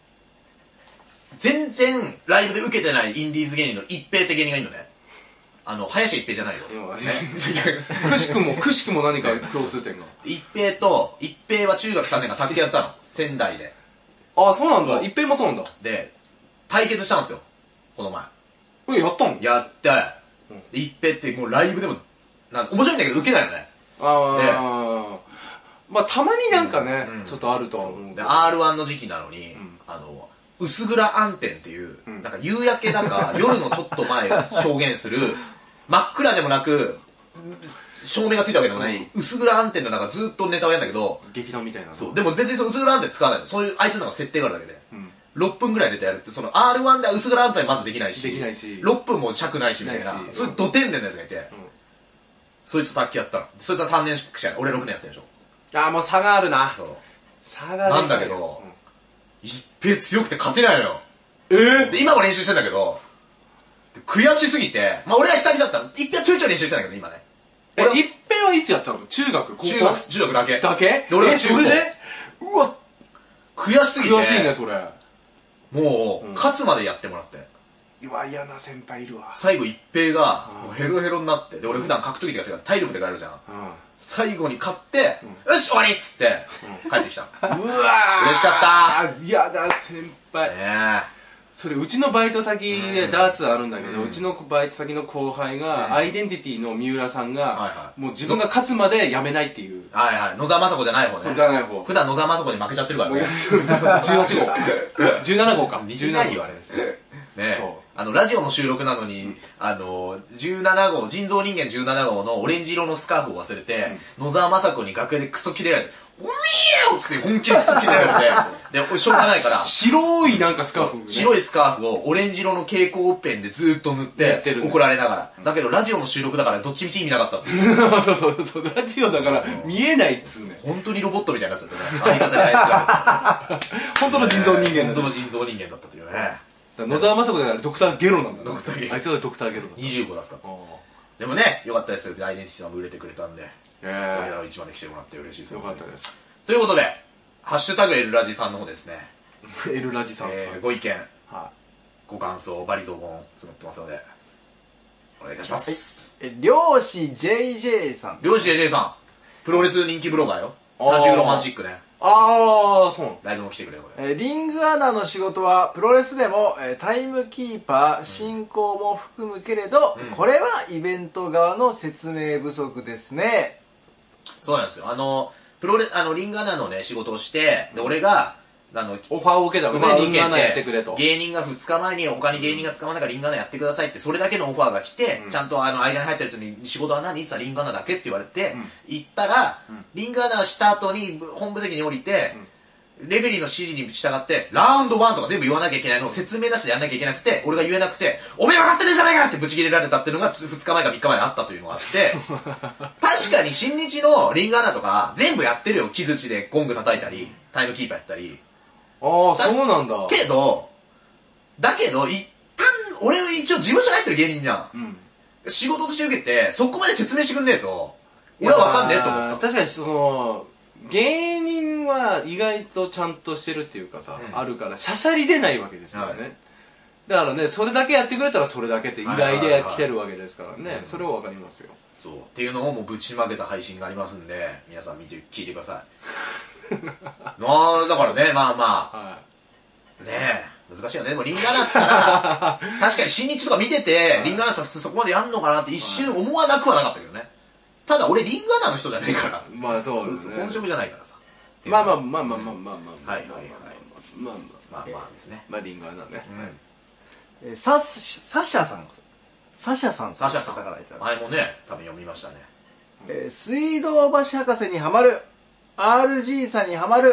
A: 全然ライブで受けてないインディーズ芸人の一平って芸人がいるのね。あの、林一平じゃないよ。
B: 今はね くしくもくしくも何か共通点が
A: 一平と、一平は中学3年間卓球やってたの。仙台で。
B: ああそうなんだ
A: そう
B: 一平もそうなんだ
A: で、対決したんですよ。この前。
B: えやったの
A: やって、一平ってもうライブでも、なん面白いんだけど受けないのね。
B: ああまあたまになんかねちょっとあるとは思うけ
A: で
B: ど
A: R1 の時期なのに、あの薄暗暗転っていう、
B: ん
A: なんか夕焼けだか夜のちょっと前を表現する真っ暗でもなく照明がついたわけでもない、薄暗暗転の中ずっとネタをやるんだけど、
B: 劇団みたいなの
A: そうでも別にその薄暗暗転使わないのそういうあいつの設定があるだけで、6分ぐらいネタやるってその R1 では薄暗暗転まずできないし
B: できないし
A: 6分も尺ないしみたいな
B: ないし
A: そういうド天然のやつがいて、そいつ卓球やったのそいつは3年しかや俺6年やってるでしょ
B: ああもう差があるな
A: そう
B: 差がある
A: なんだけど、一平強くて勝てないのよ。
B: ええ
A: で、今も練習してんだけど、で悔しすぎて、まあ俺は久々だったの。一平はちょいちょい練習してんだけど、今ね。
B: え一平はいつやったの中学高校
A: 中学、中学だけ。
B: だけ
A: で、俺
B: え
A: は中
B: それ
A: 高。
B: でうわ
A: 悔しすぎて。
B: 詳しいねそれ
A: もう、勝つまでやってもらって。
B: うわ嫌な先輩いるわ
A: 最後一平が、もうヘロヘロになって。で、俺普段格闘技とかやってるから体力で帰るじゃん。
B: うんうわ
A: 最後に勝って、よし終わりっつって、帰ってき たの。ね
B: ー
A: 嬉しか
B: った嫌だ先輩
A: え。
B: それうちのバイト先でダーツあるんだけど、うちのバイト先の後輩が、アイデンティティの三浦さんが、
A: はいはい
B: もう自分が勝つまでやめないっていう
A: はいはい。野沢雅子じゃない方ね。
B: じゃない方
A: 普段野沢雅子に負けちゃってるからね。
B: 18号17号か
A: 似てないよあれね
B: そう
A: あの、ラジオの収録なのに、あの、17号、人造人間17号のオレンジ色のスカーフを忘れて、野沢雅子に楽屋でクソ切れられて、おめえよつって本気でクソ切れられ て、で、俺 しょうがないから、
B: 白いなんかスカーフ、ね、
A: 白
B: い
A: いスカーフをオレンジ色の蛍光ペンでずーっと塗っ
B: やって
A: て
B: る、ね
A: 怒られながら。だけど、ラジオの収録だからどっちみち意味なかったっていう。
B: そうそうそうラジオだから見えないっつうね
A: 本当にロボットみたいになっちゃってね。相方に あ
B: 本当の
A: いつ
B: 人造人間
A: 本
B: だ,、
A: 当の人造人間だったっていうね。
B: 野沢雅子じゃないドクターゲロなんだ
A: ド
B: な
A: クターゲロ
B: あいつはドクターゲロだ
A: 25だったって
B: あ
A: でもね、よかったですよ。アイデンティティさんも売れてくれたんで。
B: ー
A: 我々の市まで来てもらって嬉しいです
B: よかったです
A: ということで、ハッシュタグエルラジさんの方ですね、
B: エルラジさん、
A: えーご意見、
B: は
A: ご感想、バリ雑言募ってますので、お願いいたします。
C: え漁師 JJ さん
A: 漁師 JJ さん、プロレス人気ブロガーよ。
B: あー
A: 多重ロマンチックね。
B: い、ああそうなの
A: ライブも来てくれよ、これ。
C: えーリングアナの仕事はプロレスでも、えータイムキーパー進行も含むけれど、これはイベント側の説明不足ですね
A: そうなんですよ。あの、プロレあの、リンガナのね、仕事をして、で、俺が、あの、
B: オファーを受けた
A: う
B: 上
A: ま
B: で
A: くい
B: リンガーナやって
A: け
B: くれと
A: 芸人が2日前に他に芸人が捕まらないからリンガーナやってくださいってそれだけのオファーが来て、ちゃんとあの間に入ったやつに仕事は何って言ったらリンガーナだけって言われて、行ったら、リンガーナした後に本部席に降りて、レフェリーの指示に従って、ラウンド1とか全部言わなきゃいけないのを説明なしでやんなきゃいけなくて、俺が言えなくて、おめえ分かってねえじゃないかってブチ切れられたっていうのが2日前か3日前にあったというのがあ って、確かに新日のリンガーナとか全部やってるよ。木槌でゴング叩いたり、タイムキーパーやったり。
B: ああそうなんだ
A: けど、だけど、一般、俺一応事務所に入ってる芸人じゃん。
B: ん
A: 仕事として受けて、そこまで説明してくんねえと、俺はわかんねえと
B: い
A: 思
B: や
A: っ
B: ー
A: た。
B: 確かにその芸人は意外とちゃんとしてるっていうかさ、
A: うん
B: あるからしゃしゃり出ないわけですよね、
A: は
B: だからねそれだけやってくれたらそれだけって依
A: はい
B: 頼
A: はいは
B: で
A: い
B: 来てるわけですからね、それはわかりますよ
A: そう。っていうのをもうぶちまけた配信がありますんで、皆さん見て、聞いてください。なあ、だからね、まあま
B: は
A: あ、ねえ、難しいよね。でもリンガーナっつったら、確かに新日とか見てて、リンガーナさん普通そこまでやんのかなって一瞬思わなくはなかったけどね。ただ俺リンガーナの人じゃないから
B: い。まあそう
A: そう
B: で
A: そ
B: す
A: う
B: ね
A: 本職じゃないからさ。
B: まあまあまあまあまあまあまあまあまあまあ
A: はいはいはい
B: まあまあ
A: まあまあですね。
B: まあリンガーだね、
A: うん
C: えーサッサッシャさんサッシャさん
A: サシャさん
C: からいただいた
A: 前もね多分読みましたね
C: えー水道橋博士にはまる RG さんにはまる、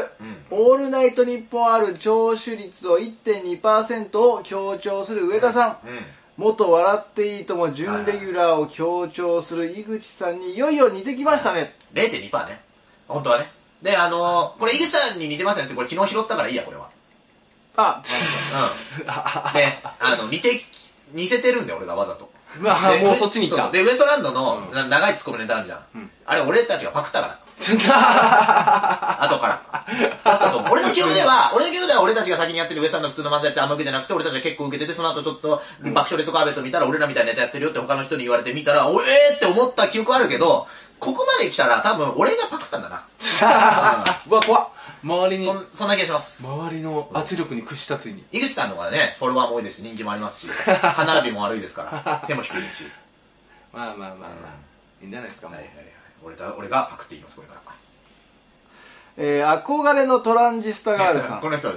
C: オールナイトニッポンある聴取率を1.2%を強調する上田さん、
A: うん
C: 元笑っていいとも準レギュラーを強調する井口さんにいよいよ似てきましたね。
A: 0.2%ね。本当はね。で、あのーこれ、井口さんに似てますよって、これ昨日拾ったからいいや、これは。
C: あ、
A: うん。で、あの、似てき、似せてるんだよ、俺がわざと。
B: まあ
A: で
B: もうそっちに行った
A: そうそうで、ウエストランドの、な長いツッコミネタあるじゃん。あれ、俺たちがパクったから。後から。だったと思う。俺の記憶では、俺の記憶では俺たちが先にやってる上さんの普通の漫才ってあんま受けてなくて、俺たちは結構受けてて、その後ちょっと、爆笑レッドカーペット見たら、俺らみたいなネタやってるよって他の人に言われてみたら、おえーって思った記憶あるけど、ここまで来たら多分俺がパクったんだな。
B: うわ怖っ周りに
A: そんそんな気がします。
B: 周りの圧力に屈したついに
A: 井口さんの方がね、フォロワーも多いですし、人気もありますし、歯並びも悪いです から、背も低いですし。
B: まあまあまあまあいいんじゃないですかもう
A: 俺だ俺がパクっていきます、これから。
C: えー憧れのトランジスタガールさん
A: こ。の人、い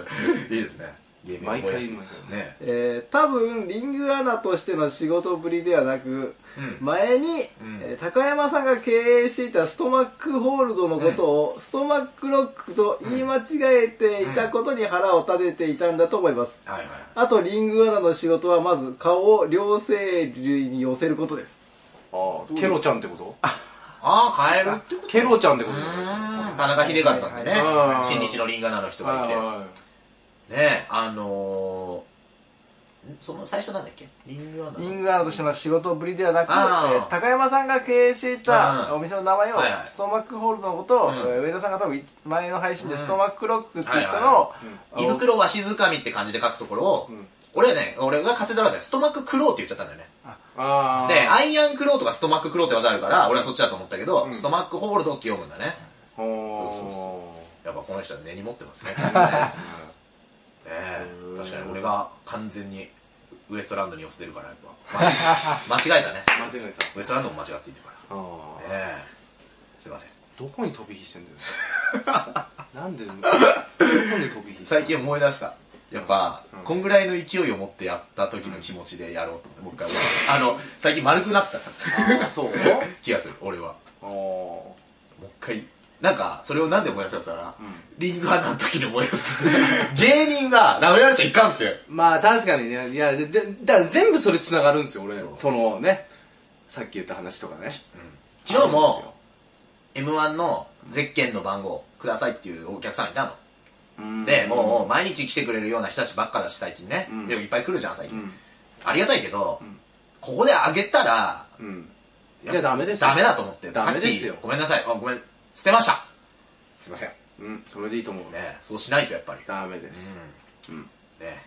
A: いですね。ゲーム
B: 毎回いいのよ
A: ね。
C: えー多分リングアナとしての仕事ぶりではなく、
A: うん
C: 前に、
A: うん
C: えー高山さんが経営していたストマックホールドのことを、ストマックロックと言い間違えていたことに腹を立てていたんだと思います、
A: はいはい。
C: あとリングアナの仕事はまず顔を両生類に寄せることです
B: ああケロちゃんってこと
A: ああ、変えるってこと
B: ケロちゃんってことじゃないですか
A: 田中秀和さんでね
B: うん、
A: 新日のリンガナの人がい
B: はい
A: て、
B: は
A: ね、あのー、んその最初なんだっけリンガナ
C: リングアナとしての仕事ぶりではなく、え
A: あー
C: ー高山さんが経営していた
A: うん
C: お店の名前を、
A: はいはい
C: ストマックホールドのことを、
A: うん
C: えー上田さんが多分前の配信でストマックロックって言った
A: はいはい
C: のを
A: は、胃袋は静かみって漢字で書くところを、
B: ん
A: 俺はね、俺が活動だったらストマッククローって言っちゃったんだよね。
B: いああ
A: で、アイアンクローとかストマッククローって技あるから、俺はそっちだと思ったけど、ストマックホールドって読むんだね。
B: そう
A: そうそうやっぱこの人は根に持ってますね。ね え確かに俺が完全にウエストランドに寄せてるから、やっぱ。間違えたね。
B: 間違えた
A: ウエストランドも間違っているから。
B: あ あ
A: ええすいません
B: どこに飛び火してんだよなんでどこに飛び火してん
A: 最
B: の
A: 近思い出したやっぱ、
B: うん
A: こんぐらいの勢いを持ってやった時の気持ちでやろうと思ってもう 一回あの最近丸くなった
B: ああ そう
A: 気がする俺は
B: ああ
A: もう一回なんかそれをなんで思い出したかったら、
B: ん
A: リングアナの時に思い出した芸人が舐められちゃいかんって
B: まあ確かにね、いや、で、でだから全部それ繋がるんですよ、俺。
A: そ
B: そうのね、さっき言った話とかね。
A: 昨日
B: あるんです
A: も
B: よ
A: m 1のゼッケンの番号くださいっていうお客さんいたの
B: うん
A: で、もう毎日来てくれるような人たちばっかだし最近ね、
B: うん
A: でもいっぱい来るじゃん最
B: う
A: 近、
B: ん。
A: ありがたいけど、
B: ん
A: ここであげたら
B: うん。い
A: いや
B: や、ダメですよ。
A: ダメだと思って。
B: ダメですよ
A: さっきごめんなさい。あ、ごめん。捨てました。すいません。ね
B: うん、それでいいと思う。ね。
A: えそうしないとやっぱり。
B: ダメです。
A: うん。ねえ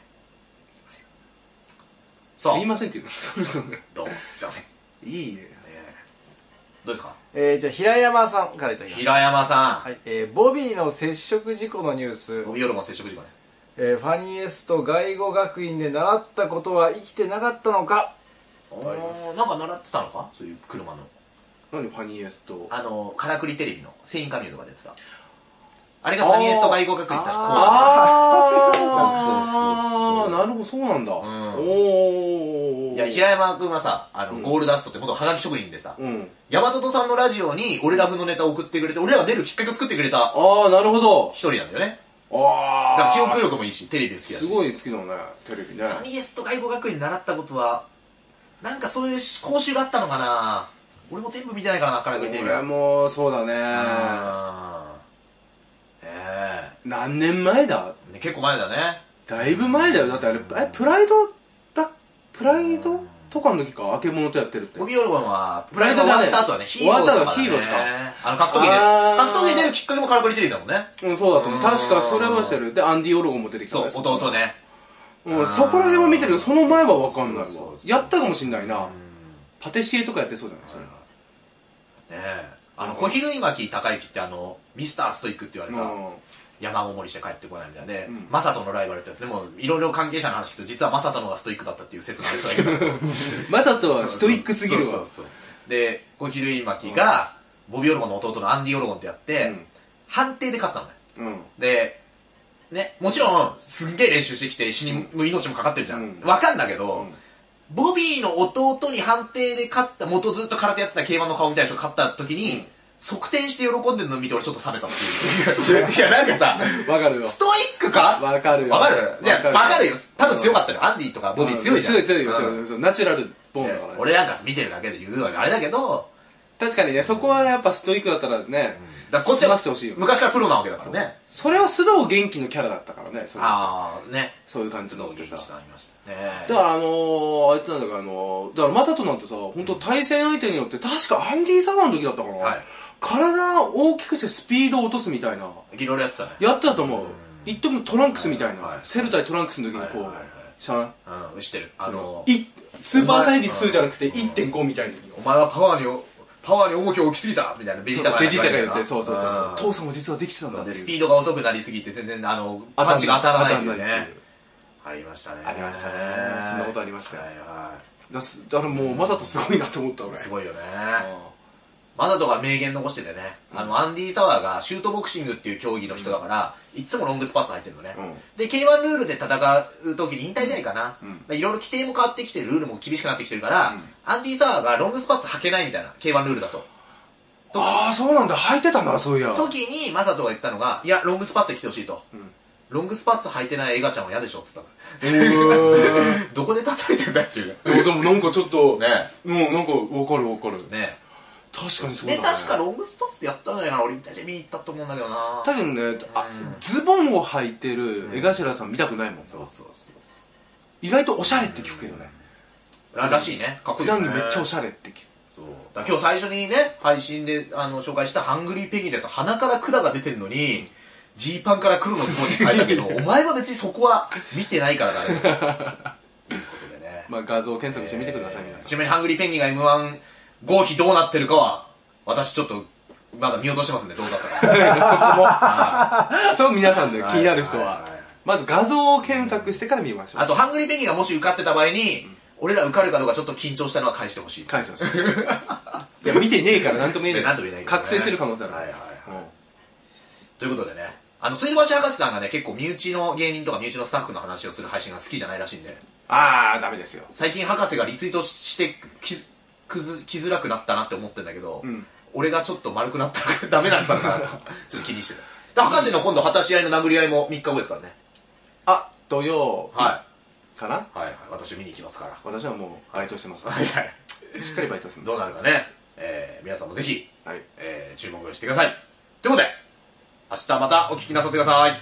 A: すいません。
B: す
A: そう。
B: いませんって言うの。それそれ。
A: どうも、すいません。ね
B: いいね。
A: えどうですか
C: えーじゃあ平山さんからいただきます
A: 平山さん。
C: はいえーボビーの接触事故のニュース
A: ゴ、ビオルゴン接触事故ね。
C: えーファニエスト外語学院で習ったことは生きてなかったのか
A: おー、なんか習ってたのかそういう車の。
B: 何ファニーエスト。
A: あの、からくりテレビの、セインカミューとか出てた。あれがファニエスト外語学院確か
B: あ
A: そうそうそうそう
B: あーなるほど、そうなんだ。お
A: ん
B: おー。
A: いや、
B: い。
A: 平山君はさ、あの、ゴールダストって元はがき職人でさ、
B: うん。
A: 山里さんのラジオに俺ら風のネタを送ってくれて、俺らが出るきっかけを作ってくれた
B: ああ、なるほど
A: 一。人なんだよね。だから
B: ああ。
A: 記憶力もいいし、テレビも好きだし。
B: すごい好きだね、テレビね。
A: アニエスト外語学院習ったことは、なんかそういう講習があったのかな俺も全部見てないからな、からくりテレビ
B: 俺
A: は。
B: も、そうだね。
A: あーね
B: 何年前だ
A: えね結構前だね。
B: だいぶ前だよだってあれえプライドだプライドとかの時かあけものとやってるって
A: ボビー・オルゴンは、プ
B: ラ
A: ライ
B: イ
A: ド
B: ド
A: が
B: だ
A: 終
B: ね
A: わった後はね、ヒーローズ
B: 終わ
A: だ
B: った
A: から
B: 後
A: ね。
B: ヒーローズか
A: あの、格闘技で、
B: あー
A: 格闘技に出るきっかけもからくりテレビだもんね。
B: うんそうだと思う
A: うん
B: 確かそれはしてるでアンディ・オロゴンも出てきた
A: そう、弟ね。
B: うんそこら辺は見てるけどその前は分かんないわ
A: そうそうそう
B: やったかもしんないなパティシエとかやってそうじゃないそれ
A: ねえあの小比類巻高之ってあのミスターストイックって言われた、
B: う
A: 山ごもりして帰ってこないみたいで、
B: ん
A: マサトのライバルってでもいろいろ関係者の話聞くと実はマサトの方がストイックだったっていう説もあるそうだけど
B: んまだとは ストイックすぎる
A: そう
B: わ
A: そうそうで小比類巻が、ボビオルゴンの弟のアンディ・オルゴンとやって、
B: うん
A: 判定で勝ったのね
B: うん
A: でね、もちろん、すんげえ練習してきて、死に、命もかかってるじゃん。
B: うん
A: わかんだけど、
B: うん
A: ボビーの弟に判定で勝った、元ずっと空手やってた K1 の顔みたいな人が勝った時に、側転して喜んでるの見て俺ちょっと冷めたって いう。いや、なんかさ、
B: わかるよ
A: ストイックか
B: わかるよ
A: わかるいや、
B: わかる
A: わかるよ。多分強かったのよ。アンディとかボディ強いじゃん。
B: 強い強いよ
A: うん
B: 強い強いナチュラルボーンだからね
A: 俺なんか見てるだけで言うのはあれだけど、
B: 確かにねそこはやっぱストイックだったらね
A: だからこっち
B: 済ま
A: は
B: せてほしいよ
A: 昔からプロなわけだからね。
B: それは須藤元気のキャラだったからねそれ
A: ああ、ね。
B: そういう感じ
A: 須
B: のっ
A: 藤元
B: てさ
A: 気さんいましたね。
B: だからあのー、あいつなんだからあのー、だから正人なんてさ、本当対戦相手によって、確かアンディ・サワーの時だったかな、
A: はい
B: 体を大きくしてスピードを落とすみたいな、
A: いろいろやってたね。
B: やってたと思う。一時のトランクスみたいな、
A: はい
B: セル対トランクスの時にこう、
A: はいはいはい
B: 知らない
A: うん、知ってる。あの、
B: いスーパーサイジ2じゃなくて1.5みたいな時の
A: お前はパワーにお、パワーに重きを置きすぎたみたいなベジタが
B: ベジータが言って、そうそうそうそう、父
A: そ
B: さんも実はできてたんだって
A: で、
B: いう。
A: スピードが遅くなりすぎて全然、あの、パンチが当たらないっていう
B: 当たらないっ
A: ね
B: ていう。
A: ありましたね。
B: ありましたねそんなことありましたよ
A: はいは
B: だすだからもう、マサトすごいなと思った俺。
A: い。すごいよね。
B: あ
A: マナトが名言残しててね、あの、アンディ・サワーがシュートボクシングっていう競技の人だから、いつもロングスパッツ入ってるのね。
B: うん
A: で、K1 ルールで戦う時に引退試合かな。
B: ん
A: でいろいろ規定も変わってきてる、ルールも厳しくなってきてるから、
B: うん
A: アンディ・サワーがロングスパッツ履けないみたいな、K1 ルールだと。
B: あー、そうなんだ、履いてたな、そういや。
A: 時にマサトが言ったのが、いや、ロングスパッツで来てほしいと。ロングスパッツ履いてないエガちゃんは嫌でしょって言
B: う
A: っ
B: ーん
A: たの。 どこで叩いてんだっていう。ね
B: でもなんかちょっと、
A: ね
B: もうなんかわかるわかる。
A: ね
B: 確かにそうだ、
A: で、
B: ね。
A: 確かロングスパッツでやったんじゃないかな、俺引退試合見に行ったと思うんだけどな。
B: 多分ね、あ
A: うん
B: ズボンを履いてる江頭さん見たくないもん、
A: そうそうそう。
B: 意外とおしゃれって聞くけどね。
A: ららしいね。かっこい
B: 普
A: いよ
B: 段
A: ね。
B: 着めっちゃおしゃれって聞く。
A: そうだから今日最初にね、配信であの紹介したハングリーペンギンのやつ、鼻から管が出てるのに、ジーパンから黒のズボンに変えたけ ど、お前は別にそこは見てないからだね。ということでね。
B: まあ画像検索してみてください、皆
A: えー
B: さん。
A: ちなみにハングリーペンギンが M1 合否どうなってるかは、私ちょっと、まだ見落としてますんで、どうだった か。
B: そう、皆さんで気になる人
A: はい
B: は
A: はいはい。
B: まず画像を検索してから見ましょ
A: あ
B: う。
A: と、ハングリーペンギンがもし受かってた場合に、俺ら受かるかどうかちょっと緊張したのは返してほしい。
B: 返してほしい。いや、見てねえからなんとも言えない。
A: なんとも言えないけどね
B: 覚醒する可能性ある。
A: はいはいはい
B: うん
A: ということでね、あの、水橋博士さんがね、結構身内の芸人とか身内のスタッフの話をする配信が好きじゃないらしいんで、
B: あー、ダメですよ。
A: 最近博士がリツイートしてき、くず、きづらくなったなって思ってんだけど、
B: ん
A: 俺がちょっと丸くなったら ダメだったのかなと、ちょっと気にしてた。で博士の今度果たし合いの殴り合いも3日後ですからね。
B: あ、土曜
A: は
B: かな、
A: い。はいはい。私見に行きますから。
B: 私はもうバイトしてます。
A: はいはい。
B: しっかりバイトするんで
A: どうなるかね、えー、皆さんもぜひ、
B: はい。
A: えー、注目してください。ということで、明日またお聞きなさってください。